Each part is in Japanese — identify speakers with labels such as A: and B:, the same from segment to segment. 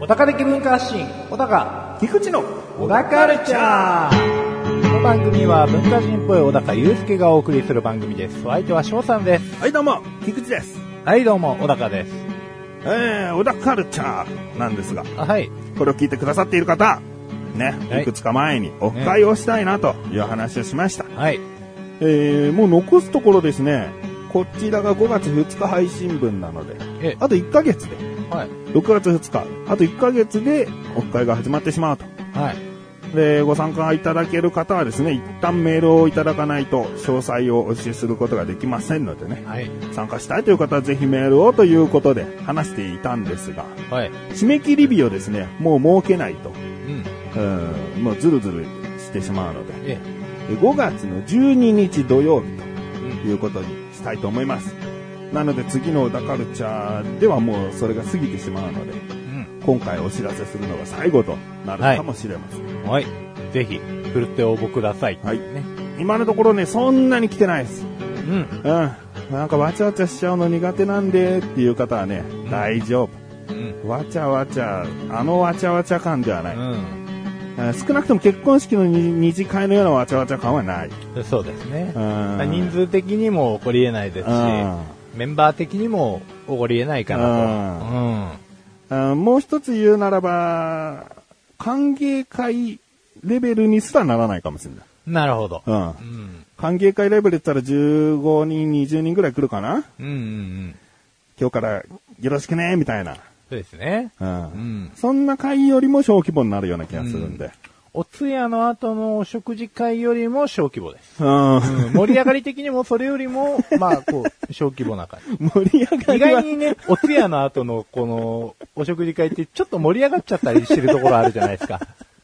A: お高で気分化発信、お高、菊池の小高ルチャーこの番組は文化人っぽい小高祐介がお送りする番組です。お相手は翔さんです。
B: はい、どうも、菊池です。
A: はい、どうも、小高です。
B: えー、小田カルチャーなんですが、
A: あ、はい。
B: これを聞いてくださっている方、ね
A: は、い
B: いくつか前にオフ会をしたいなという話をしました。
A: はい。
B: えー、もう残すところですね、こちらが5月2日配信分なの
A: え
B: で、あと1ヶ月で、
A: はい。
B: 6月2日、あと1ヶ月でオフ会が始まってしまうと。
A: はい。
B: で、ご参加いただける方はですね、一旦メールをいただかないと詳細をお教えすることができませんのでね、
A: はい。
B: 参加したいという方はぜひメールをということで話していたんですが、
A: はい。
B: 締め切り日をですね、もう設けないと、
A: うん。
B: うん、もうズルズルしてしまうの
A: え
B: で、5月の12日土曜日
A: え。
B: ということにしたいと思います。なので次のダカルチャーではもうそれが過ぎてしまうので、
A: うん。
B: 今回お知らせするのが最後とな
A: は
B: る
A: い
B: かもしれません。
A: うん。はい。ぜひ、振るって応募ください。
B: はい
A: ね。
B: 今のところね、そんなに来てないです。
A: うん。
B: うん。なんかわちゃわちゃしちゃうの苦手なんでっていう方はね、大丈夫。
A: うん。
B: わちゃわちゃ、あのわちゃわちゃ感ではない。
A: うん。
B: えー少なくとも結婚式のに二次会のようなわちゃわちゃ感はない。
A: そうですね。
B: うん
A: 人数的にも起こり得ないですし
B: うん、
A: メンバー的にも起こり得ないかなと。うん。
B: あーもう一つ言うならば、歓迎会レベルにすらならないかもしれない。
A: なるほど。
B: うん
A: う。ん。
B: 歓迎会レベルって言ったら15人、20人ぐらい来るかな
A: うんうんうん。
B: 今日からよろしくね、みたいな。
A: そうですね。
B: うん。
A: うん
B: そんな会よりも小規模になるような気がするんで。
A: お通夜の後のお食事会よりも小規模です。
B: うん。
A: うん、盛り上がり的にもそれより も、まあ、こう、小規模な感じ。
B: 盛り上が
A: 意
B: りは
A: 外にね、お通夜の後のこの、お食事会ってちょっと盛り上がっちゃったりしてるところあるじゃないですか。うん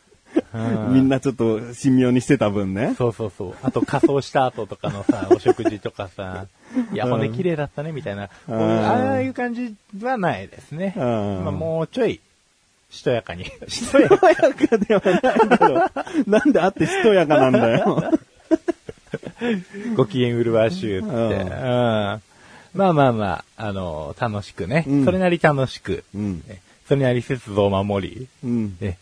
B: みんなちょっと神妙にしてた分ね。
A: そうそうそう。あと仮装した後とかのさ、お食事とかさ、いや、骨綺麗だったね、みたいな。
B: うん
A: ああいう感じはないですね。
B: うん
A: まあ、もうちょい、しとやかに。しと
B: や
A: やか
B: かではないだろう。なんであってしとやかなんだよ。
A: ご機嫌うるわしゅうって。
B: うん
A: うんまあまあまあ、あの、楽しくね。
B: うん
A: それなり楽しく。
B: うん
A: ねそれなり節度を守り、
B: うん。
A: ね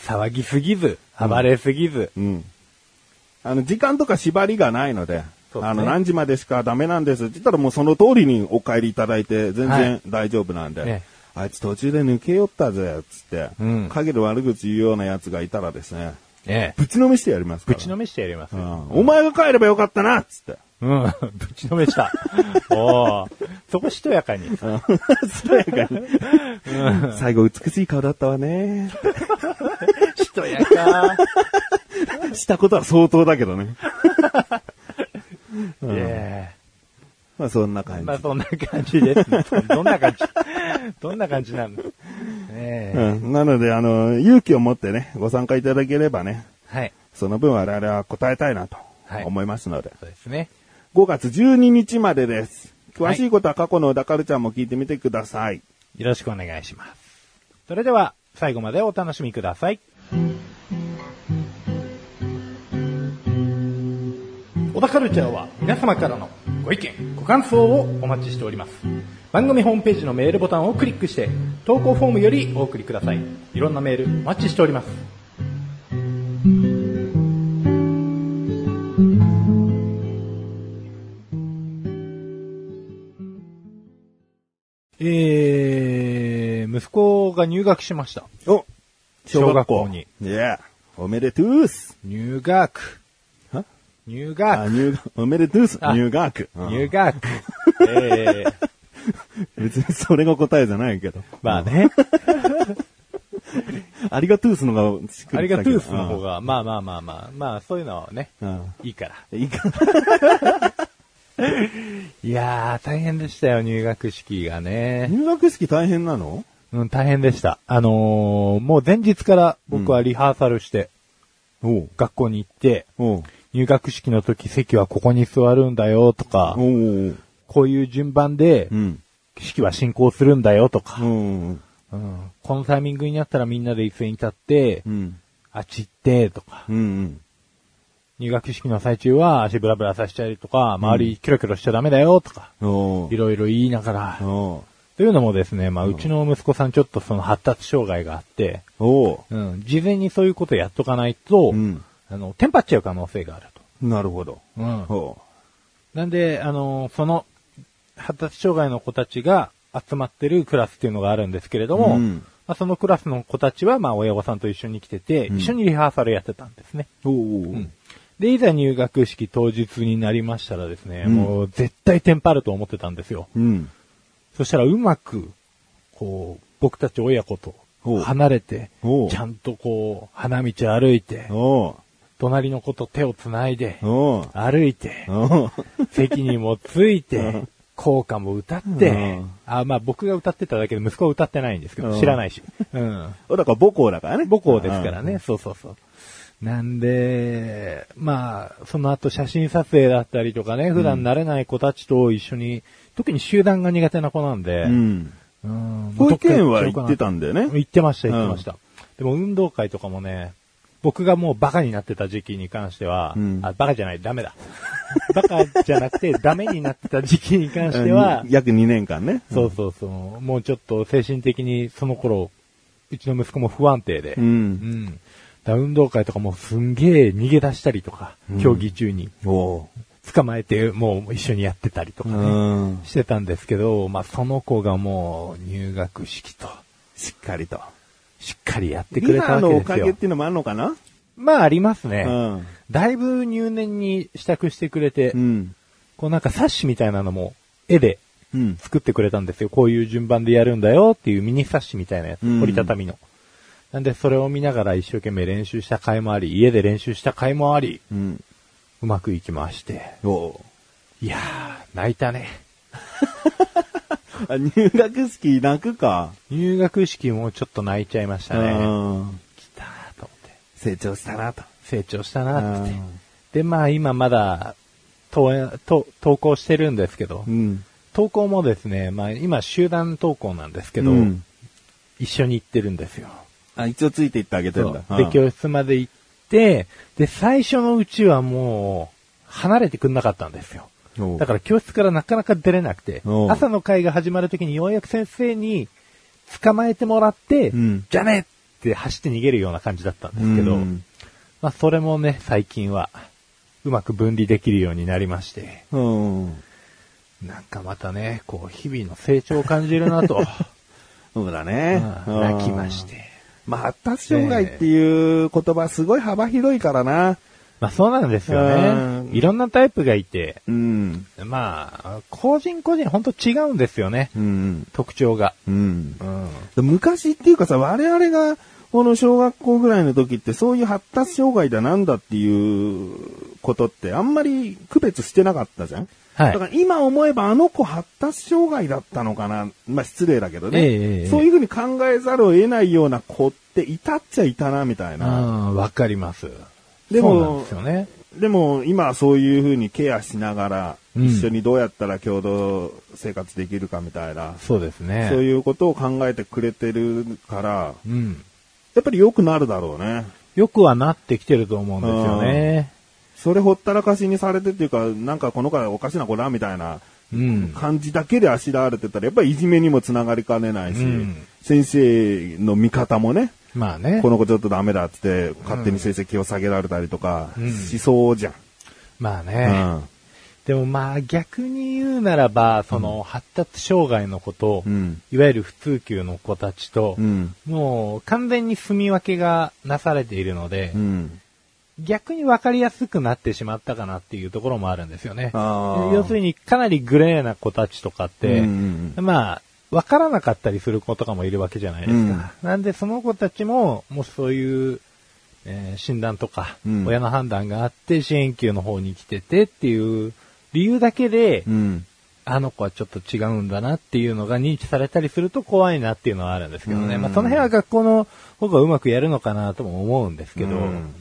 A: 騒ぎすぎず、暴れすぎず。
B: うん。あの、時間とか縛りがないので、
A: そうですね
B: あの、何時までしかダメなんですって言ったらもうその通りにお帰りいただいて全
A: は
B: 然
A: い
B: 大丈夫なんで、
A: ええ
B: あいつ途中で抜け寄ったぜ、つって、
A: うん
B: 陰で悪口言うような奴がいたらですね、
A: ね
B: ぶちのめしてやりますか
A: ぶ
B: ら。
A: ちのめしてやります
B: う
A: よ。
B: んお前が帰ればよかったな、つ って。
A: うん。 ぶちのめした。おーそこしとやかに。
B: すやかに。最後美しい顔だったわね。
A: しとやか。
B: したことは相当だけど ね。
A: いや
B: まあそんな
A: ー
B: 感
A: まあ
B: じ。
A: そんな感じです、ね。どんな感じどんな感じなんだねえ
B: うん、なので、あの、勇気を持ってね、ご参加いただければね、
A: はい。
B: その分我々は答えたいなと
A: はい
B: 思いますので、
A: そうですね。
B: 5月12日までです。詳しいことは過去の小田カルチャーも聞いてみてください。
A: よろしくお願いします。それでは、最後までお楽しみください。小田カルチャーは皆様からのご意見、ご感想をお待ちしております。番組ホームページのメールボタンをクリックして、投稿フォームよりお送りください。いろんなメールお待ちしております。えー、息子が入学しました。
B: お
A: 小学校に。
B: いや、おめでとうっす。
A: 入学。
B: は
A: 入
B: あ、
A: 学。
B: 入学、おめでとうっす。
A: あ
B: 入学。うん
A: 入 学。えー、
B: 別にそれが答えじゃないけど。
A: まあね。
B: ありがとうっすのがしっく
A: あり
B: り
A: が
B: きた
A: ト
B: け
A: ゥ
B: ど
A: ースの方が、まあまあまあまあ、まあそういうのはね、
B: うん
A: いいから。
B: うんいいか。
A: いやー、大変でしたよ、入学式がね。
B: 入学式大変なの
A: うん、大変でした。あのー、もう前日から僕はリハーサルして、
B: おう。
A: 学校に行って、
B: おう。
A: 入学式の時席はここに座るんだよとか
B: お、う。
A: こういう順番で
B: う、ん。
A: 式は進行するんだよと
B: う
A: か、
B: ん。
A: うん、このタイミングになったらみんなで一斉に立って
B: う、ん。
A: あっち行ってとか、
B: うん。
A: 入学式の最中は足ブラブラさせたりとか、周りキョロキョロしちゃダメだよとか、
B: お
A: いろいろ言いながら、
B: お
A: というのもですね、まあ、うちの息子さんちょっとその発達障害があって、
B: お
A: うん、事前にそういうことやっとかないと、
B: うん
A: あの、テンパっちゃう可能性があると。
B: なるほど。
A: うん
B: ほ
A: なんで、あの、その、発達障害の子たちが集まってるクラスっていうのがあるんですけれども、
B: うん
A: まあ、そのクラスの子たちは、まあ、親御さんと一緒に来てて、
B: ん
A: 一緒にリハーサルやってたんですね。
B: う。お
A: で、いざ入学式当日になりましたらですね、
B: うん
A: もう絶対テンパると思ってたんですよ。
B: うん。
A: そしたらうまく、こう、僕たち親子と
B: おう
A: 離れて
B: おう、
A: ちゃんとこう、花道歩いて、
B: お
A: 隣の子と手を繋いで
B: お、お
A: 歩いて、
B: お
A: 席にもつい て、効果も歌って、
B: うん
A: あ、まあ僕が歌ってただけで息子は歌ってないんですけ
B: う
A: ど、
B: ん
A: 知らないし。うん。
B: お。 だから母校だからね。
A: 母校ですからね、そうそうそう。なんで、まあ、その後写真撮影だったりとかね、普段慣れない子たちと一緒に、特に集団が苦手な子なんで、
B: うん。うん。
A: うん
B: 保育園は行ってたんだよね。
A: 行ってました、行ってました。でも運動会とかもね、僕がもうバカになってた時期に関しては、
B: うん
A: あ、バカじゃない、ダメだ。 バカじゃなくて、ダメになってた時期に関しては
B: うん、約2年間ね。
A: そうそうそう、もうちょっと精神的にその頃、うちの息子も不安定で、
B: う。
A: うんん。だ運動会とかもすんげえ逃げ出したりとか、競技中に
B: お
A: 捕まえてもう一緒にやってたりとか
B: う
A: ね、
B: ん。
A: してたんですけど、まあその子がもう入学式と、
B: しっかりと。
A: しっかりやってくれた
B: 今
A: わけ
B: のお
A: です
B: かげっ
A: よ。
B: ていうのもあるのかな
A: まあありますね、
B: うん
A: だいぶ入念に支度してくれて、
B: うん。
A: こうなんか冊子みたいなのも絵で
B: うん。
A: 作ってくれたんですよ。こういう順番でやるんだよっていうミニ冊子みたいなやつ。
B: うん
A: 折りたたみの。なんでそれを見ながら一生懸命練習した回もあり、家で練習した回もあり、
B: うん。
A: うまくいきまして。
B: お
A: いやー、泣いたね。
B: あ入学式泣くか。
A: 入学式もちょっと泣いちゃいましたね。
B: うん
A: 来たーと思って。
B: 成長したなと。
A: 成長したなって
B: うん。
A: で、まあ今まだ、投投投稿してるんですけど、
B: うん。
A: 投稿もですね、まあ今集団投稿なんですけど、
B: うん
A: 一緒に行ってるんですよ。
B: あ、一応ついていってあげてるんだ。
A: そうで、教室まで行って、で、最初のうちはもう、離れてくんなかったんですよ。
B: おう
A: だから教室からなかなか出れなくて
B: お、う
A: 朝の会が始まるときにようやく先生に捕まえてもらって、
B: うん
A: じゃねって走って逃げるような感じだったんですけど、
B: うん
A: まあそれもね、最近は、うまく分離できるようになりまして、
B: うん。
A: なんかまたね、こう、日々の成長を感じるな と、
B: そうだ
A: う
B: ね
A: ん。泣きまし。て。
B: まあ、発達障害っていう言葉すごい幅広いからな。
A: まあそうなんですよ
B: うん
A: ね。いろんなタイプがいて、
B: うん。
A: まあ、個人個人本当違うんですよね。
B: うん。
A: 特徴が。
B: うん。
A: うん。
B: 昔っていうかさ、我々が、この小学校ぐらいの時って、そういう発達障害だなんだっていうことって、あんまり区別してなかったじゃん
A: はい
B: だから今思えばあの子発達障害だったのかなまあ失礼だけどね。
A: ええええ
B: そういうふうに考えざるを得ないような子っていたっちゃいたな、みたいな。
A: ああ、わかります。
B: で
A: そうなん
B: も
A: ですよね。
B: でも今はそういうふうにケアしながら、
A: うん
B: 一緒にどうやったら共同生活できるかみたいな、
A: そうですね。
B: そう
A: う。
B: いうことを考えてくれてるから、
A: ん。
B: やっぱり良くなるだろうね。
A: よくはなってきてると思うんですよね。
B: それほったらかしにされてっていうか、なんかこの子はおかしな子だみたいな
A: うん。
B: 感じだけであしらわれてたら、やっぱりいじめにもつながりかねないし、
A: うん
B: 先生の見方もね、
A: まあね
B: こ。の子ちょっとダメだってって、勝手に成績を下げられたりとか、
A: うん
B: しそうじゃん。
A: まあ
B: う
A: ね。
B: ん。
A: でもまあ逆に言うならば、その発達障害の子と
B: うん、
A: いわゆる普通級の子たちと
B: う、ん。
A: もう完全に住み分けがなされているので
B: う、ん。
A: 逆に分かりやすくなってしまったかなっていうところもあるんですよね。
B: あー
A: 要するにかなりグレーな子たちとかって、
B: うん
A: まあ、分からなかったりする子とかもいるわけじゃないですか。なんでその子たちも、もしそういう、えー診断とか、
B: うん
A: 親の判断があって支援級の方に来ててっていう理由だけで、
B: うん。
A: あの子はちょっと違うんだなっていうのが認知されたりすると怖いなっていうのはあるんですけどね。
B: うん
A: まあその辺は学校の方がうまくやるのかなとも思うんですけど、
B: うん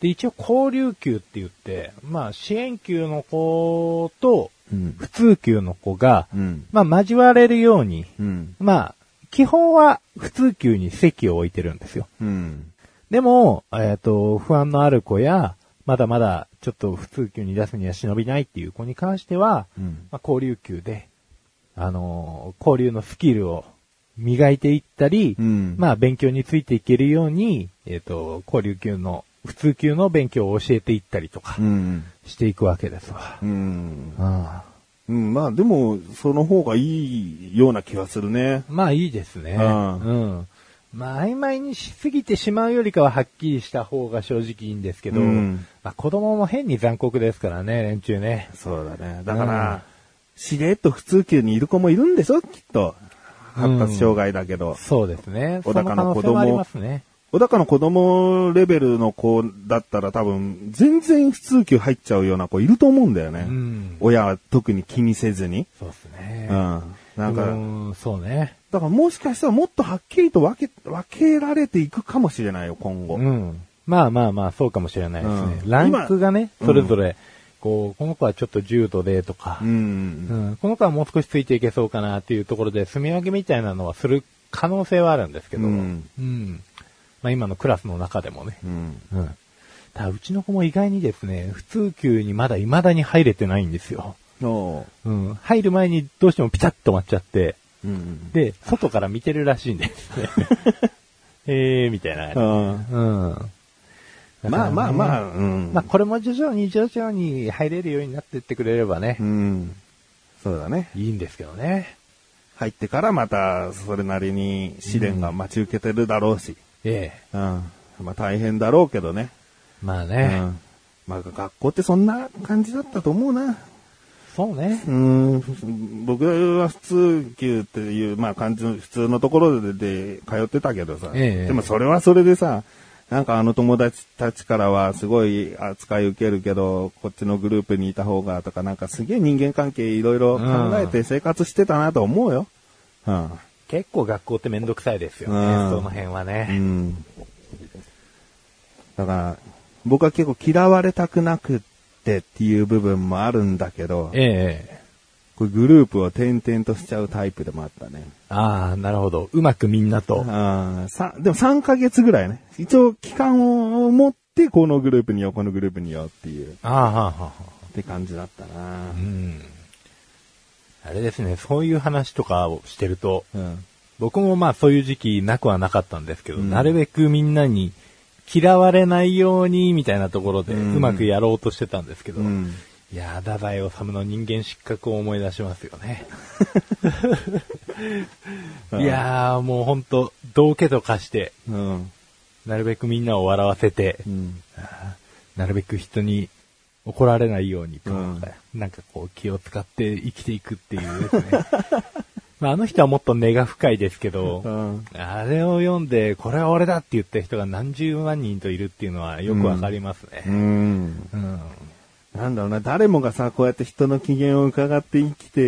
A: で、一応交流級って言って、まあ、支援級の子と、
B: うん。
A: 普通級の子が、
B: うん。
A: まあ、交われるように、
B: うん。
A: まあ、基本は普通級に席を置いてるんですよ。
B: うん。
A: でも、えっ、と、不安のある子や、まだまだちょっと普通級に出すには忍びないっていう子に関しては、
B: うん
A: まあ、交流級で、あのー交流のスキルを磨いていったり、
B: うん
A: まあ勉強についていけるように、えっ、と、交流級の、普通級の勉強を教えていったりとか
B: うん。
A: していくわけですわ。
B: うん。
A: ああ
B: うん、まあでも、その方がいいような気がするね。
A: まあいいですね。
B: うん
A: うん。まあ曖昧にしすぎてしまうよりかははっきりした方が正直いいんですけど、
B: うん
A: まあ子供も変に残酷ですからね、連中ね。
B: そうだね。だから、しれっと普通級にいる子もいるんでしょきっと。発達障害だけど。
A: そうですね。
B: 小高の
A: そ可能
B: 子供
A: 性もありますね。
B: 小高の子供レベルの子だったら多分、全然普通級入っちゃうような子いると思うんだよね。
A: うん
B: 親は特に気にせずに。
A: そうですね。
B: うん。なんか、
A: うん、そうね。
B: だからもしかしたらもっとはっきりと分け、分けられていくかもしれないよ、今後。
A: うん。まあまあまあ、そうかもしれないですね。
B: うん
A: ランクがね、
B: 今
A: それぞれ、こう、この子はちょっと重度でとか
B: う、ん。
A: うんこの子はもう少しついていけそうかなっていうところで、住み分けみたいなのはする可能性はあるんですけど、
B: うん
A: うんまあ今のクラスの中でもね。
B: うん。
A: うん。ただ、うちの子も意外にですね、普通級にまだ未だに入れてないんですよ。
B: おう
A: うん。入る前にどうしてもピタッと待っちゃって、
B: うん。
A: で、外から見てるらしいん ですね。えー、みたいな。
B: うん
A: うん。
B: まあまあま
A: あ。
B: あ、うん。
A: まあこれも徐々に徐々に入れるようになっていってくれればね
B: う、ん。そうだね。
A: いいんですけどね。
B: 入ってからまた、それなりに試練が待ち受けてるだろうし。
A: ええ。
B: うん。まあ大変だろうけどね。
A: まあ
B: う
A: ね。
B: ん。まあ学校ってそんな感じだったと思うな。
A: そうね。
B: うん。僕は普通級っていう、まあ感じの普通のところでで通ってたけどさ。
A: ええ
B: でもそれはそれでさ、なんかあの友達たちからはすごい扱い受けるけど、こっちのグループにいた方がとか、なんかすげえ人間関係いろいろ考えて生活してたなと思うよ。うん。
A: 結構学校ってめんどくさいですよね。
B: うん
A: その辺は
B: う
A: ね。
B: ん。だから、僕は結構嫌われたくなくってっていう部分もあるんだけど、
A: ええ。
B: これグループを転々としちゃうタイプでもあったね。
A: ああ、なるほど。うまくみんなと。
B: あーさでも3ヶ月ぐらいね。一応期間を持って、このグループによ、このグループによっていう、
A: ああ、はあ、はあはあ。
B: って感じだったな
A: う。ん。あれですね、そういう話とかをしてると、
B: うん。
A: 僕もまあそういう時期なくはなかったんですけど、
B: うん
A: なるべくみんなに嫌われないようにみたいなところでう
B: うん
A: まくやろうとしてたんですけど、
B: うん。
A: いやー、太宰治の人間失格を思い出しますよね。いやー、もうほんと、道化と化して、
B: うん。
A: なるべくみんなを笑わせて、
B: うん。
A: なるべく人に怒られないようにと、
B: うん
A: なんかこう気を使って生きていくっていうですね。 まあ、あの人はもっと根が深いですけど、
B: うん
A: あれを読んで、これは俺だって言った人が何十万人といるっていうのはよくわかります
B: う
A: ね。
B: ん。
A: うん。
B: なんだろうな、誰もがさ、こうやって人の機嫌を伺って生きて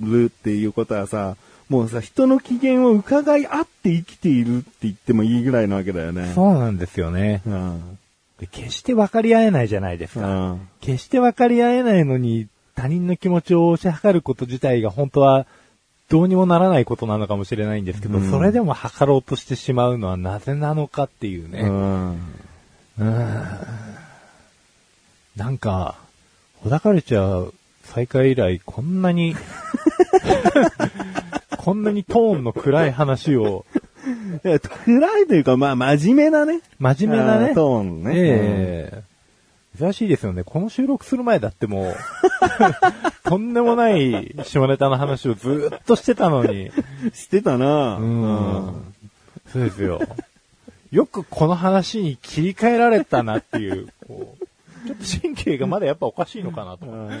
B: るっていうことはさ、もうさ、人の機嫌を伺い合って生きているって言ってもいいぐらいなわけだよね。
A: そうなんですよね。
B: うん。
A: で決して分かり合えないじゃないです
B: う
A: か。
B: ん。
A: 決して分かり合えないのに、他人の気持ちを推し量ること自体が本当はどうにもならないことなのかもしれないんですけど、
B: うん
A: それでも測ろうとしてしまうのはなぜなのかっていう
B: う
A: ね。
B: ん。
A: なんか、小田カルチャー再開以来こんな に、こんなにトーンの暗い話を、
B: いや暗いというか、まあ、真面目なね。
A: 真面目な
B: あー
A: ね。
B: トーンね。
A: ええ珍しいですよね。この収録する前だっても う、とんでもない下ネタの話をずーっとしてたのに。
B: うんしてたな
A: うん。そうですよ。よくこの話に切り替えられたなっていう、こうちょっと神経がまだやっぱおかしいのかなと思い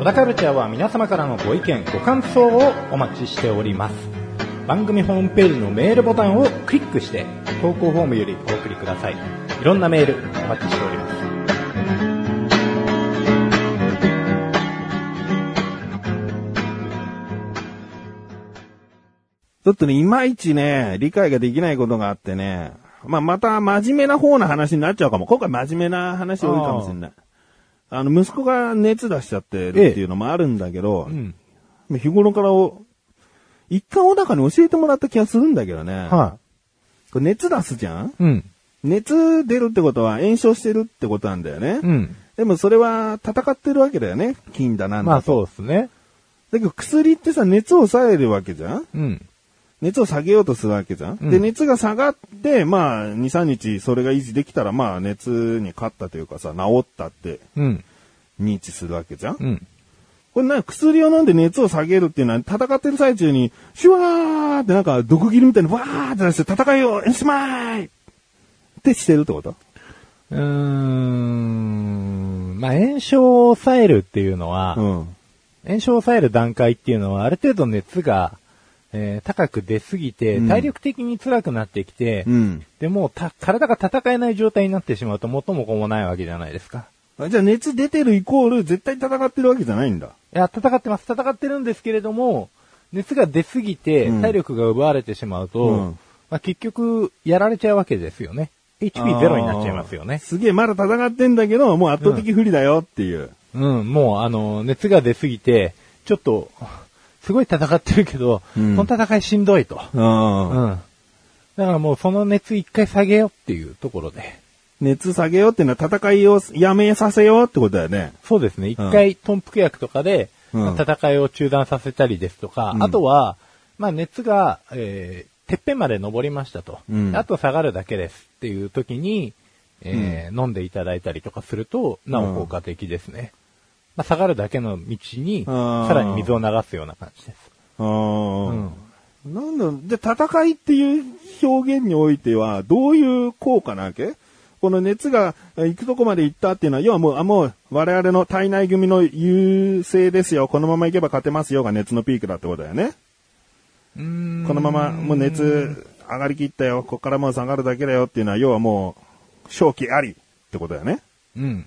A: 小田カルチャーは皆様からのご意見、ご感想をお待ちしております。番組ホームページのメールボタンをクリックして、投稿フォームよりお送りください。いろんなメールお待ちしております。
B: ちょっとね、いまいちね、理解ができないことがあってね、まあ、また真面目な方の話になっちゃうかも。今回真面目な話多いかもしれない。あの、息子が熱出しちゃってるっていうのもあるんだけど、
A: ん。
B: 日頃からお、一回小高に教えてもらった気がするんだけどね。
A: は
B: これ熱出すじゃん
A: うん。
B: 熱出るってことは炎症してるってことなんだよね。
A: うん。
B: でもそれは戦ってるわけだよね。菌だなんだ。
A: まあそうですね。
B: だけど薬ってさ、熱を抑えるわけじゃん
A: うん。
B: 熱を下げようとするわけじゃん、
A: うん
B: で、熱が下がって、まあ、2、3日それが維持できたら、まあ、熱に勝ったというかさ、治ったって
A: うん。
B: 認知するわけじゃん、
A: うん。
B: これな、薬を飲んで熱を下げるっていうのは、戦ってる最中に、シュワーってなんか、毒切りみたいな、わーって出して、戦いをしまーいってしてるってこと
A: うーん。まあ炎症を抑えるっていうのは、
B: うん。
A: 炎症を抑える段階っていうのは、ある程度熱が、えー高く出すぎて、
B: うん
A: 体力的に辛くなってきて、
B: うん。
A: でもうた体が戦えない状態になってしまうと元も子もないわけじゃないですか。
B: あじゃあ、熱出てるイコール、絶対戦ってるわけじゃないんだ。
A: いや、戦ってます。戦ってるんですけれども、熱が出すぎて
B: うん
A: 体力が奪われてしまうと、
B: うん
A: まあ、結局、やられちゃうわけですよね。HP ゼロになっちゃいますよ
B: あー
A: ね。
B: すげえ、まだ戦ってんだけど、もう圧倒的不利だよっていう。
A: うん、もうあの、熱が出すぎて、ちょっと、すごい戦ってるけど、
B: うん
A: この戦いしんどいと。
B: うん
A: うん。だからもうその熱一回下げようっていうところで。
B: 熱下げようっていうのは戦いをやめさせようってことだよね。
A: そうですね。一
B: うん
A: 回、トンプ契約とかで、
B: うん
A: 戦いを中断させたりですとか、
B: うん
A: あとは、まあ熱が、えー、てっぺんまで登りましたと。
B: うん
A: であと下がるだけですっていう時に、えー飲んでいただいたりとかすると、なお効果的ですね。まあ下がるだけの道に、
B: あー
A: さらに水を流すような感じです。
B: あ
A: うん
B: ん。なんだろう、で、戦いっていう表現においては、どういう効果なわけこの熱がえ行くとこまで行ったっていうのは、要はもう、あ、もう、我々の体内組の優勢ですよ。このまま行けば勝てますよが熱のピークだってことだよね。
A: うーん
B: このまま、もう熱上がりきったよ。こっからもう下がるだけだよっていうのは、要はもう、勝機ありってことだよね。
A: うん。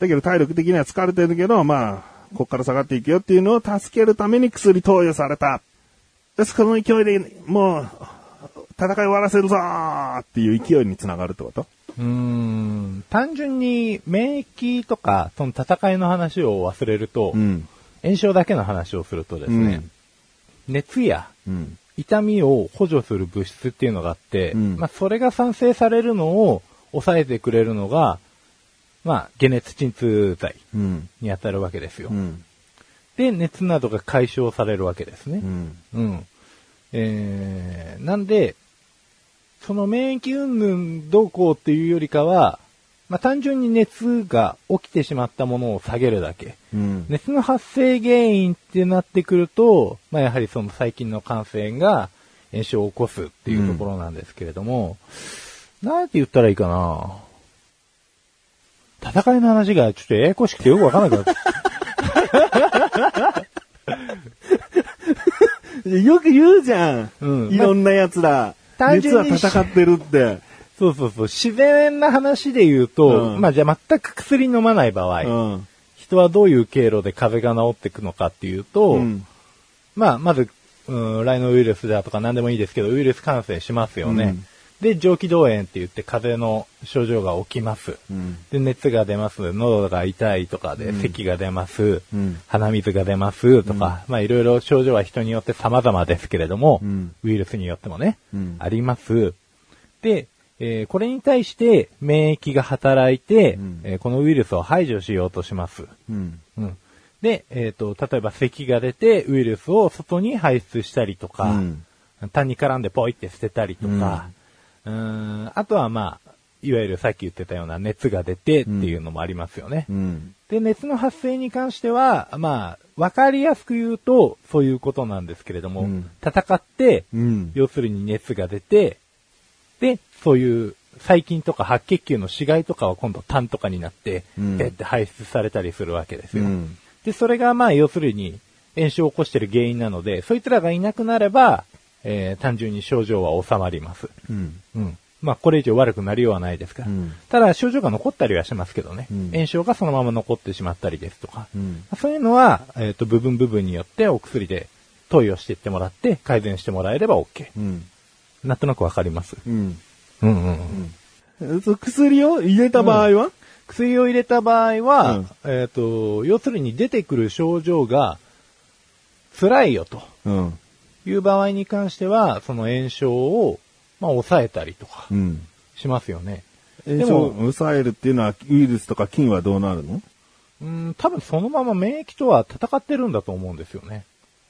B: だけど体力的には疲れてるけど、まあ、こっから下がっていくよっていうのを助けるために薬投与された。です、この勢いで、もう、戦い終わらせるぞーっていう勢いにつながるってこと
A: うーん単純に免疫とか、その戦いの話を忘れると、
B: ん。
A: 炎症だけの話をするとですね、熱や
B: うん。
A: 痛みを補助する物質っていうのがあって、
B: うん
A: まあそれが産生されるのを抑えてくれるのが、まあ解熱鎮痛剤
B: うん。
A: に当たるわけですよ。
B: うん。
A: で、熱などが解消されるわけですね。
B: うん。
A: うん。えー、なんで、その免疫云々どうこうっていうよりかは、まあ、単純に熱が起きてしまったものを下げるだけ。
B: うん。
A: 熱の発生原因ってなってくると、まあ、やはりその細菌の感染が炎症を起こすっていうところなんですけれども、なんて言ったらいいかな戦いの話がちょっとややこしくてよくわかんな くなった。
B: よく言うじゃん。
A: うん
B: いろんなやつら。
A: 単
B: 熱
A: 純
B: は
A: に
B: 戦ってるって。
A: そうそうそう。自然な話で言うと、
B: うん
A: まあじゃあ全く薬飲まない場合、
B: うん。
A: 人はどういう経路で風邪が治っていくのかっていうと、
B: うん。
A: まあまず、うん、ライノウイルスだとか何でもいいですけど、ウイルス感染しますよね。
B: うん
A: で、上気道炎って言って風邪の症状が起きます。
B: うん。
A: で、熱が出ます。喉が痛いとかで、咳が出ます。
B: うん
A: 鼻水が出ますとか、まあいろいろ症状は人によって様々ですけれども、
B: うん
A: ウイルスによってもね、
B: うん
A: あります。で、えーこれに対して免疫が働いて、
B: うん
A: えーこのウイルスを排除しようとします。
B: うん。
A: うん、で、えっ、と、例えば咳が出てウイルスを外に排出したりとか、
B: うん
A: 単に絡んでポイって捨てたりとか、うーん、あとはまあ、いわゆるさっき言ってたような熱が出てっていうのもありますよね。
B: うん。
A: で、熱の発生に関しては、まあ、わかりやすく言うと、そういうことなんですけれども、
B: うん
A: 戦って、
B: うん。
A: 要するに熱が出て、で、そういう細菌とか白血球の死骸とかは今度痰とかになって、
B: うん
A: ペって排出されたりするわけです
B: う
A: よ。
B: ん。
A: で、それがまあ要するに炎症を起こしてる原因なので、そいつらがいなくなれば、えー単純に症状は収まります。
B: うん。
A: うん。まあこれ以上悪くなりようはないですから。
B: うん
A: ただ症状が残ったりはしますけどね。
B: うん
A: 炎症がそのまま残ってしまったりですとか。
B: うん
A: そういうのは、えっ、と部分部分によってお薬で投与していってもらって改善してもらえれば OK。
B: うん。
A: なんとなくわかります。
B: うん。
A: うんうんうん。
B: そう薬を入れた場合は、
A: 薬を入れた場合は、
B: うん
A: えっ、と、要するに出てくる症状が辛いよと
B: うん。
A: いう場合に関しては、その炎症をまあ、抑えたりとか
B: うん。
A: しますよね。
B: え
A: でも
B: そう、抑えるっていうのはウイルスとか菌はどうなるの
A: うん、多分そのまま免疫とは戦ってるんだと思うんですよね。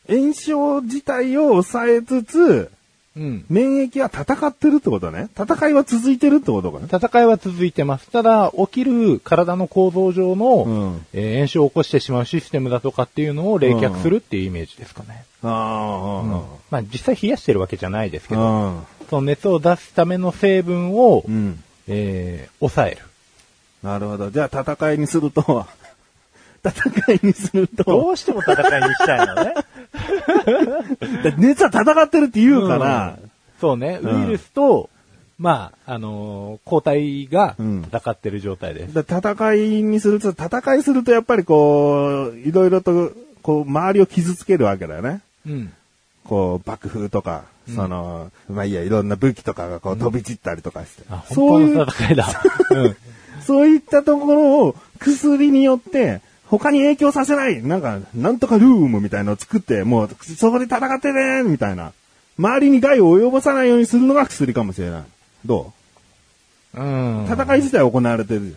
B: 炎症自体を抑えつつ、
A: うん。
B: 免疫は戦ってるってことね。戦いは続いてるってことかね。
A: 戦いは続いてます。ただ、起きる体の構造上の、
B: うん
A: えー炎症を起こしてしまうシステムだとかっていうのを冷却するっていうイメージですかね。
B: ああ、
A: うんまあ実際冷やしてるわけじゃないですけど、
B: ああ、
A: その熱を出すための成分を、
B: うん。
A: えー抑える。
B: なるほど。じゃあ戦いにすると、 戦いにする
A: ど
B: と、
A: うしても戦いにしたいのね。
B: だ熱は戦ってるって言うから、
A: そうね、
B: うん
A: ウイルスと、まあ、あのー抗体が
B: うん
A: 戦ってる状態です。
B: だ戦いにすると、戦いするとやっぱりこう、いろいろと、こう、周りを傷つけるわけだよね。
A: うん。
B: こう、爆風とか、その、まあいいや、いろんな武器とかがこう飛び散ったりとかして。
A: あ、
B: そう
A: 本
B: い
A: 当の
B: う、
A: 戦いだ。 うん。
B: そういったところを薬によって、他に影響させない、なんか、なんとかルームみたいのを作って、もう、そこで戦ってねみたいな。周りに害を及ぼさないようにするのが薬かもしれない。ど
A: うん。
B: う戦い自体は行われてるじ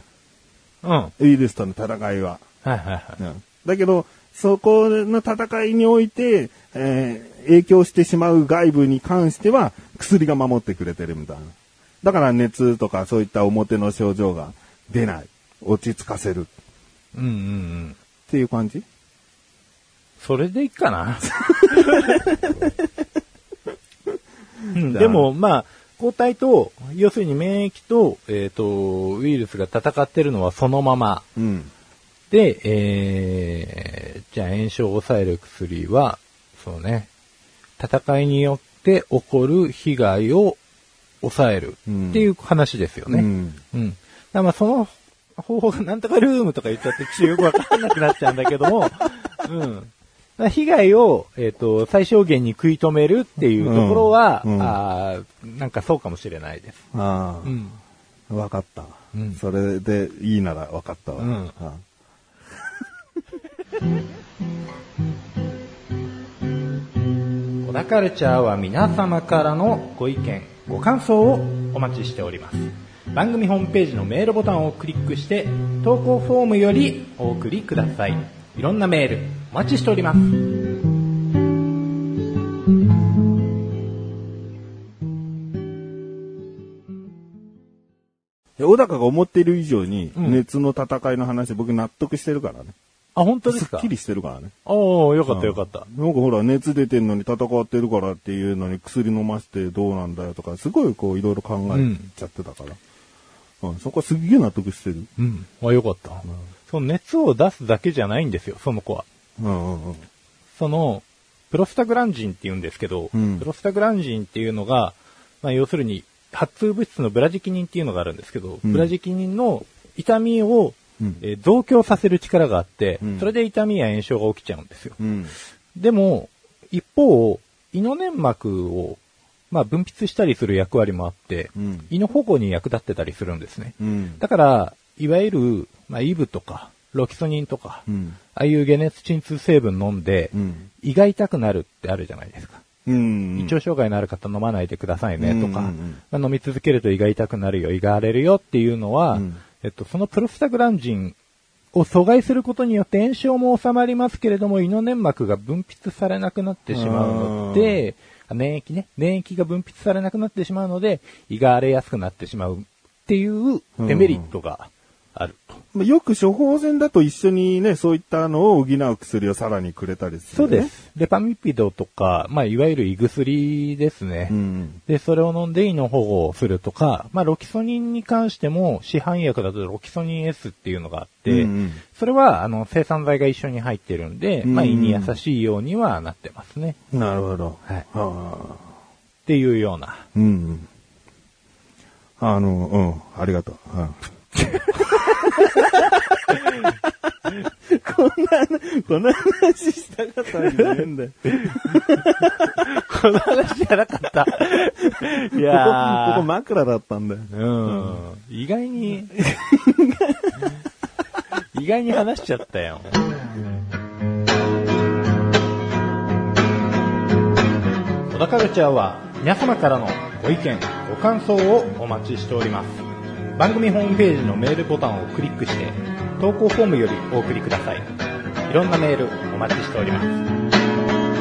A: うん。はい
B: ゃん。ウイルスとの戦いは。
A: はいはい。
B: うんだけど、そこの戦いにおいて、えー影響してしまう外部に関しては、薬が守ってくれてるみたいな。だから熱とかそういった表の症状が出ない。落ち着かせる。っ
A: うんうんうん。
B: ていう感じ
A: それでいいかな。うんでも、まあ、抗体と、要するに免疫と、えっ、と、ウイルスが戦ってるのはそのまま。
B: うん。
A: で、えー、じゃあ炎症を抑える薬は、そうね、戦いによって起こる被害を抑える
B: うん
A: っていう話ですよね。
B: う
A: うん
B: ん。
A: だからまあその方法がなんとかルームとか言っちゃってちょっとよくわかんなくなっちゃうんだけど も、うん。だから被害を、えっ、と、最小限に食い止めるっていうところは、
B: うんうん
A: あーなんかそうかもしれないです。
B: あ
A: うん。
B: あ、わかった。
A: うん
B: それでいいならわかったわ。
A: うん小田カルチャーは皆様からのご意見、ご感想をお待ちしております。番組ホームページのメールボタンをクリックして、投稿フォームよりお送りください。いろんなメール、お待ちしております。
B: で小高が思っている以上に、
A: うん
B: 熱の戦いの話、僕納得してるからね。
A: あ、本当ですす
B: っ
A: か
B: きりしてるからね。
A: おー、よかったよかった。
B: なんかほら、熱出てんのに戦ってるからっていうのに薬飲ませてどうなんだよとか、すごいこういろいろ考えちゃってたから。うん、そこはすっげえ納得してる。
A: うん。あ、よかった。その熱を出すだけじゃないんですよ、その子は。
B: うんうんうん。
A: その、プロスタグランジンって言うんですけど、
B: うん
A: プロスタグランジンっていうのが、まあ、要するに、発通物質のブラジキニンっていうのがあるんですけど、
B: うん
A: ブラジキニンの痛みを、
B: うん
A: えー増強させる力があって、
B: うん
A: それで痛みや炎症が起きちゃうんですよ。
B: うん。
A: でも、一方、胃の粘膜を、まあ、分泌したりする役割もあって、
B: うん
A: 胃の保護に役立ってたりするんですね。
B: うん。
A: だから、いわゆる、まあ、イブとか、ロキソニンとか、
B: うん。
A: ああいう解熱鎮痛成分飲んで、
B: うん。
A: 胃が痛くなるってあるじゃないですか。
B: うん。
A: 胃腸障害のある方飲まないでくださいねとか、
B: うんうんうん
A: まあ飲み続けると胃が痛くなるよ、胃が荒れるよっていうのは、
B: うん
A: えっと、そのプロスタグランジンを阻害することによって炎症も収まりますけれども、胃の粘膜が分泌されなくなってしまうので、あ免疫ね、免疫が分泌されなくなってしまうので、胃が荒れやすくなってしまうっていうデメリットがあると。
B: まあよく処方箋だと一緒にね、そういったのを補う薬をさらにくれたりする、
A: そうで
B: ね。
A: す。レパミピドとか、まあ、いわゆる胃薬ですね。
B: うん。
A: で、それを飲んで胃の保護をするとか、まあ、ロキソニンに関しても、市販薬だとロキソニン S っていうのがあって、
B: うんうん
A: それは、あの、生産剤が一緒に入ってるんで、まあ、
B: うんう
A: 胃
B: ん
A: に優しいようにはなってますね。
B: なるほど。
A: はい。っ
B: はあ。
A: ていうような。
B: うんうん。あの、うん、ありがとう。うん こんな、この話したかったんじゃねえんだよ。
A: この話じゃなか った。い
B: ここ、 こ
A: や
B: こ
A: ー。
B: 枕だったんだよ。
A: うん。意外に、 意外に話しちゃったよ。小田カルチャーは皆様からのご意見、感想をお待ちしております番組ホームページのメールボタンをクリックして投稿フォームよりお送りくださいいろんなメールお待ちしております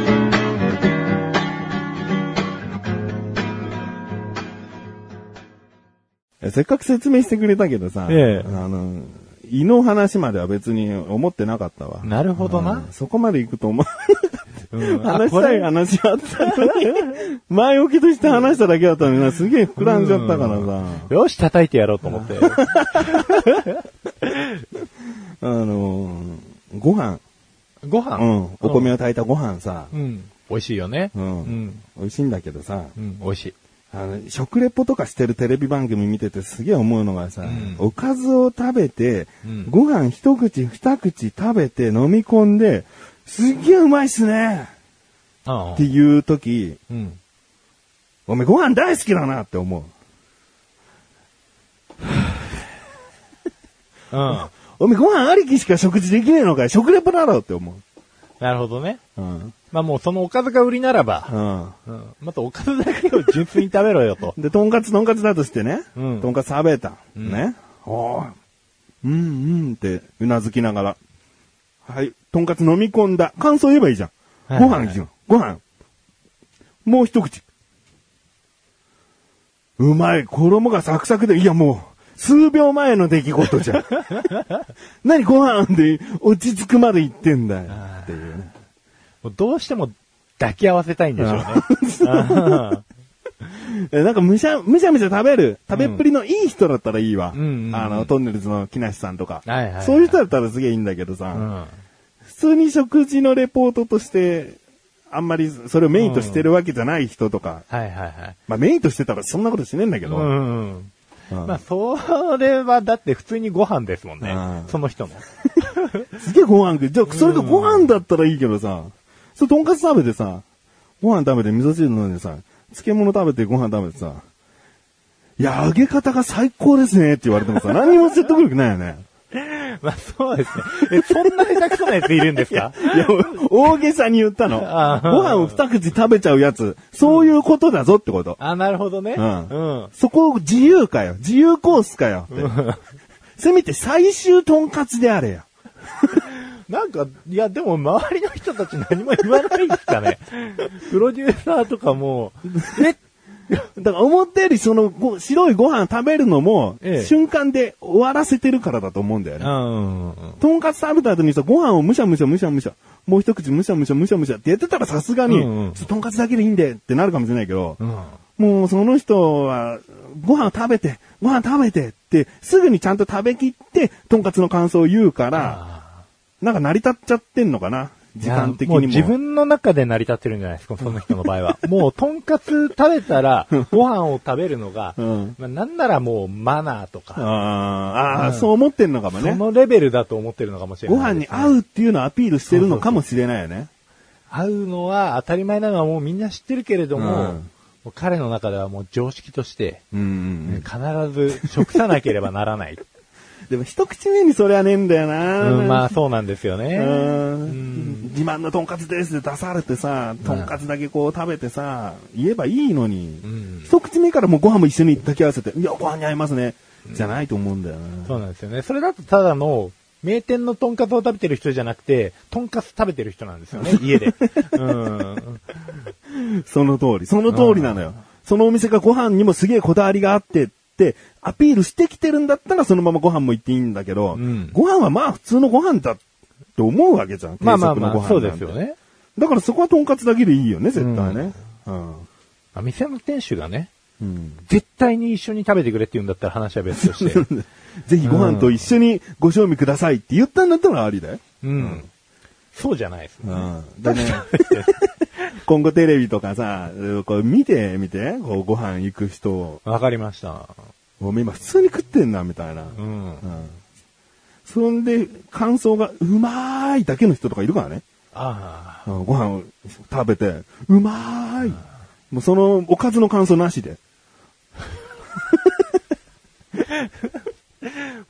B: えせっかく説明してくれたけどさ、
A: ええ
B: あの、胃の話までは別に思ってなかったわ。
A: なるほどな
B: うんそこまで行くと思う。
A: うんあ
B: 話し
A: こ
B: たい
A: れ
B: 話はあったのに、 前置きとして話しただけだったのにな、すげえ膨らんじゃったからさ、
A: よし叩いてやろうと思 って
B: あのー、ご飯、
A: ご飯
B: うん、お米を炊いたご飯さ、
A: うん美味しいよね
B: う、
A: うんん
B: 美味しいんだけどさ、
A: うん美味しい
B: あの、食レポとかしてるテレビ番組見ててすげえ思うのがさ、
A: ん
B: おかずを食べて、
A: うん
B: ご飯一口二口食べて飲み込んで、すっげえうまいっすね
A: あ
B: っていう時、
A: うん
B: おめえご飯大好きだなって思う。
A: うん
B: おめえご飯ありきしか食事できねえのかよ食レポだろって思
A: なるほどね
B: う。うん。
A: まあもうそのおかずが売りならば、
B: うん。。
A: うん、またおかずだけを純粋に食べろよと
B: で、とんかつとんかつだとしてね、
A: うん
B: とんかつ食べた。
A: うん
B: ね。おーうんうんってうなずきながら。はい。とんかつ飲み込んだ。感想言えばいいじゃん。
A: はいはい
B: ご飯じゃん。ご飯。もう一口。うまい。衣がサクサクで。いやもう、数秒前の出来 事じゃん。何ご飯で落ち着くまで言ってんだよ。っていうね。
A: もうどうしても抱き合わせたいんでしょうね。あ
B: えなんかむしゃ、むしゃむしゃ食べる、食べっぷりのいい人だったらいいわ。
A: うんうんうん
B: あの、トンネルズの木梨さんとか。
A: はいはいはい
B: そういう人だったらすげえいいんだけどさ、
A: ーうん
B: 普通に食事のレポートとして、あんまりそれをメインとしてるわけじゃない人とか。
A: はいはいはい。
B: まあメインとしてたらそんなことしねえんだけ
A: う
B: ど。
A: んうん。
B: うん
A: まあ、それはだって普通にご飯ですもんね
B: う。ん
A: その人の。
B: すげえご飯食う。じゃあ、それがご飯だったらいいけどさ、それとんかつ食べてさ、ご飯食べて味噌汁飲んでさ、漬物食べてご飯食べてさ、いや、揚げ方が最高ですねって言われてもさ、何にも説得力ないよね。
A: まあ、そうですね。え、そんな下手くそなやついるんですか
B: いや、 大げさに言ったの。ご
A: あー
B: 飯を二口食べちゃうやつ、そういうことだぞってこと。
A: あ、なるほどね。
B: うん
A: うん。
B: そこを自由かよ。自由コースかよって。せめて最終とんかつであれよ。
A: なんか、いや、でも周りの人たち何も言わないんですか ね。プロデューサーとかも、え
B: だから思ったよりそのご白いご飯食べるのも、
A: ええ
B: 瞬間で終わらせてるからだと思うんだよ
A: う
B: ね。
A: ん。うん
B: とんかつ食べた後にさ、ご飯をむしゃむしゃむしゃむしゃ、もう一口むしゃむしゃむしゃむしゃってやってたらさすがに、
A: うんうん
B: ちょっととんかつだけでいいんでってなるかもしれないけど、
A: うん。
B: もうその人は、ご飯食べて、ご飯食べてって、すぐにちゃんと食べきって、とんかつの感想を言うから、
A: あー
B: なんか成り立っちゃってんのかな時間的にも。
A: いやう自分の中で成り立ってるんじゃないですか、その人の場合 は。もう、とんかつ食べたら、ご飯を食べるのが、
B: うん
A: まあ、なんならもう、マナーと
B: あ
A: か、
B: ーあー、
A: うん
B: そう思ってんのかも
A: そ
B: ね。
A: のレベルだと思ってるのかもしれな
B: ご
A: い、
B: 飯に合
A: う。
B: うっていうのをアピールしてるのかもしれないよね。
A: 合うのは、当たり前なのはもうみんな知ってるけれども、
B: うん
A: もう彼の中ではもう常識として、
B: うんうんうん
A: 必ず食さなければならない。
B: でも一口目にそれはねえんだよ
A: う
B: な。
A: ん、まあ、そうなんですよね。
B: うん自慢のとんかつですって出されてさ、とんかつだけこう食べてさ、言えばいいのに、
A: ん
B: 一口目からもうご飯も一緒に炊き合わせて、いや、ご飯に合いますね、じゃないと思うんだよな。
A: そうなんですよね。それだとただの、名店のとんかつを食べてる人じゃなくて、とんかつ食べてる人なんですよ ね、家で。うん。
B: その通り、その通りなのよ。そのお店がご飯にもすげえこだわりがあってって、アピールしてきてるんだったらそのままご飯も行っていいんだけど、
A: うん
B: ご飯はまあ普通のご飯だって思うわけじゃん。
A: まあまあま
B: 定食のご
A: あ、
B: 飯
A: そう
B: なん
A: で
B: て
A: すよ。ね。
B: だからそこはとんかつだけでいいよね、絶対ね。うん。
A: あ店の店主がね、
B: うん
A: 絶対に一緒に食べてくれって言うんだったら話は別と して。
B: ぜひご飯と一緒にご賞味くださいって言ったんだったらありだよ。
A: うん。そうじゃないです
B: う
A: ね。
B: ん。だね。今後テレビとかさ、こう見てみて、こうご飯行く人を、
A: わかりました。
B: おめえ今普通に食ってんな、みたいな。
A: う。
B: うんん。そんで、感想がうまーいだけの人とかいるからね。
A: あ
B: うんご飯を食べて、うまーい。もうそのおかずの感想なしで。
A: あ。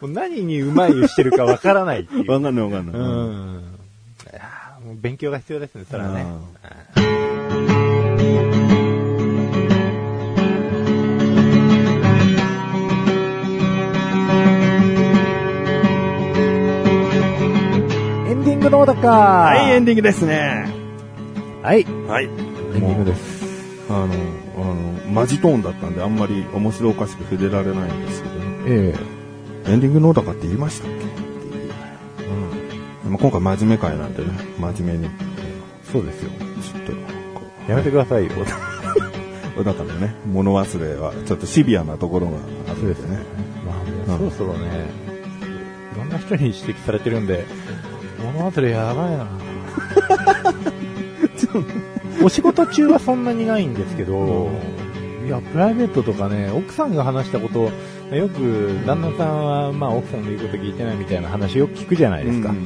A: もう何にうまいしてるかわからないっていう。
B: わかんないわかんない。
A: う。ん。いやーもう勉強が必要ですね、それはね。
B: う
A: クの小高。は
B: はい、エンディングですね。
A: はい。エ
B: はい。
A: ンディングです。
B: あの、あの、マジトーンだったんで、あんまり面白おかしく触れられないんですけど、ね、
A: え
B: エンディングのだかって言いましたっけっていう。うん。まあ、今回真面目会なんでね、真面目に、
A: えそうですよ。
B: ちょっと、こ
A: やめてくださいよ。
B: う、だからね、物忘れは、ちょっとシビアなところがあるんでね。
A: まあ、もうそろそろね、いろんな人に指摘されてるんで、物忘れやばい なお仕事中はそんなにないんですけど、いや、プライベートとかね、奥さんが話したこと、よく旦那さんは、まあ、奥さんの言うこと聞いてないみたいな話よく聞くじゃないですか。
B: うん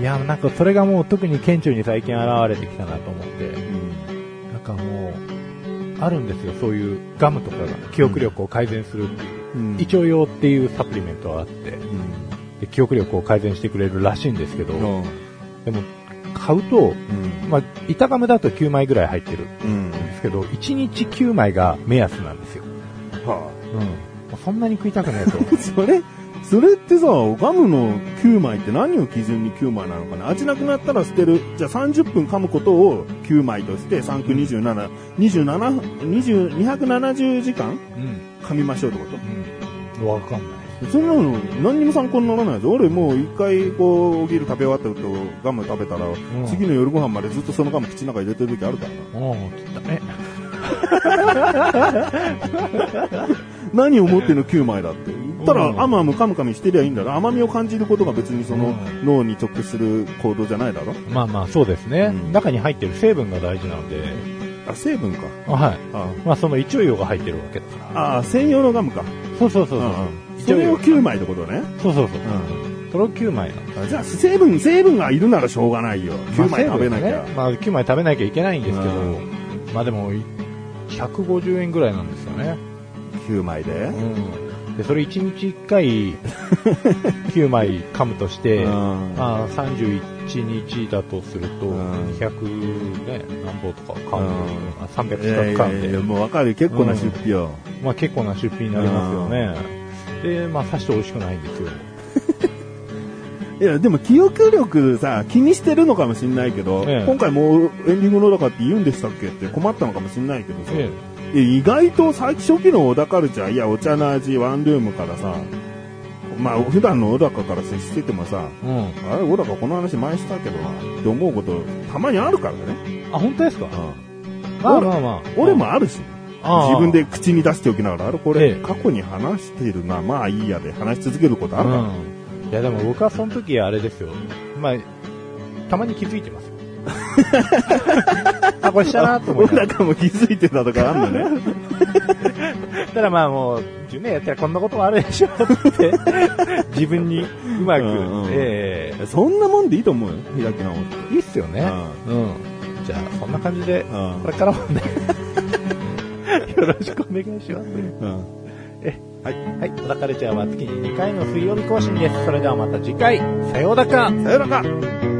A: いや、なんかそれがもう特に顕著に最近現れてきたなと思って、
B: うん
A: なんかもう、あるんですよ、そういうガムとかが記憶力を改善するっていう。
B: うん
A: 胃腸用っていうサプリメントがあって
B: う
A: で記憶力を改善してくれるらしいんですけど、
B: ん。うん。
A: でも買うと、
B: うん。
A: まあ、板ガムだと9枚ぐらい入ってるんで
B: うん。
A: すけど1日9枚が目安なんですよ、
B: は
A: うん、そんなに食いたくないと
B: あ、それ、それってさ、ガムの9枚って何を基準に9枚なのかな味なくなったら捨てる。じゃあ30分噛むことを9枚として、3、9、27、27、20、270時間
A: うん、
B: 噛みましょうってこと
A: うん、わかんない
B: そんなの何にも参考にならないぞ。俺もう一回こう、お昼食べ終わった後、ガム食べたら、
A: ん
B: 次の夜ご飯までずっとそのガム口の中に入れてる時あるからな。
A: おお切ったね
B: 何をもっての9枚だって。言った
A: うん
B: ら、あむあむかむかみしてりゃいいんだろ。甘みを感じることが別にその
A: うん
B: 脳に直する行動じゃないだろ。
A: まあまあそうですね、
B: うん
A: 中に入ってる成分が大事なので、
B: あ、成分か。
A: あはい
B: あ
A: まあ、その胃腸用が入ってるわけだから
B: あ、専用のガムか。
A: そうそうそううそうん
B: うん
A: 胃
B: そ
A: 腸
B: れ
A: 用
B: を9枚ってことね。
A: そうそうそう
B: う
A: それを9枚なんです
B: ん。じゃあ、成分、成分がいるならしょうがないよ。9枚食べなき
A: まあセ
B: ゃ
A: ーブです。ねまあ、9枚食べなきゃいけないんですけど、
B: う
A: まあでも、い150円ぐらいなんですよね。
B: 9枚で
A: で、それ1日1回、9枚噛むとして、
B: うん
A: まあ、31日だとすると、
B: うん
A: 200ね、何本とか噛
B: うん
A: んで、まあ300
B: い
A: 近
B: やい
A: く噛
B: や
A: ん
B: い
A: で、
B: や、もうわかるよ。結構な出費よ。
A: まあ結構な出費になりますよね。で、まあ、さして美味しくないんですよ。
B: いや、でも記憶力さ、気にしてるのかもしんないけど、
A: ええ
B: 今回もうエンディングのだかって言うんでしたっけって困ったのかもしんないけどさ、
A: え
B: いや意外と最初期の小田カルチャー、いや、お茶の味、ワンルームからさ、まあ、普段の小高から接しててもさ、
A: うん。
B: あれ、小高この話前したけどな、って思うこと、たまにあるからね。
A: あ、本当ですかまあ
B: 俺
A: まあまあ。
B: 俺もあるし、
A: ああ
B: 自分で口に出しておきながら、あれ、これ、
A: ええ
B: 過去に話してるな、まあいいやで、話し続けることあるから。
A: うん、いやでも僕はその時あれですよ、まあ、たまに気づいて ますよあこれしたなと思いな
B: 小
A: がら
B: 高も気づいてたとかあるのね。
A: だからまあもう10年やったらこんなこともあるでしょ って自分にうまく、
B: うんうん
A: え
B: そんなもんでいいと思うよ、開き直って。
A: えいいっすよね、うんじゃあそんな感じで
B: うん
A: これから もねよろしくお願いします
B: うん。
A: はい「小高レチャー」は月に2回の水曜日更新ですそれではまた次回さようだか
B: さよなら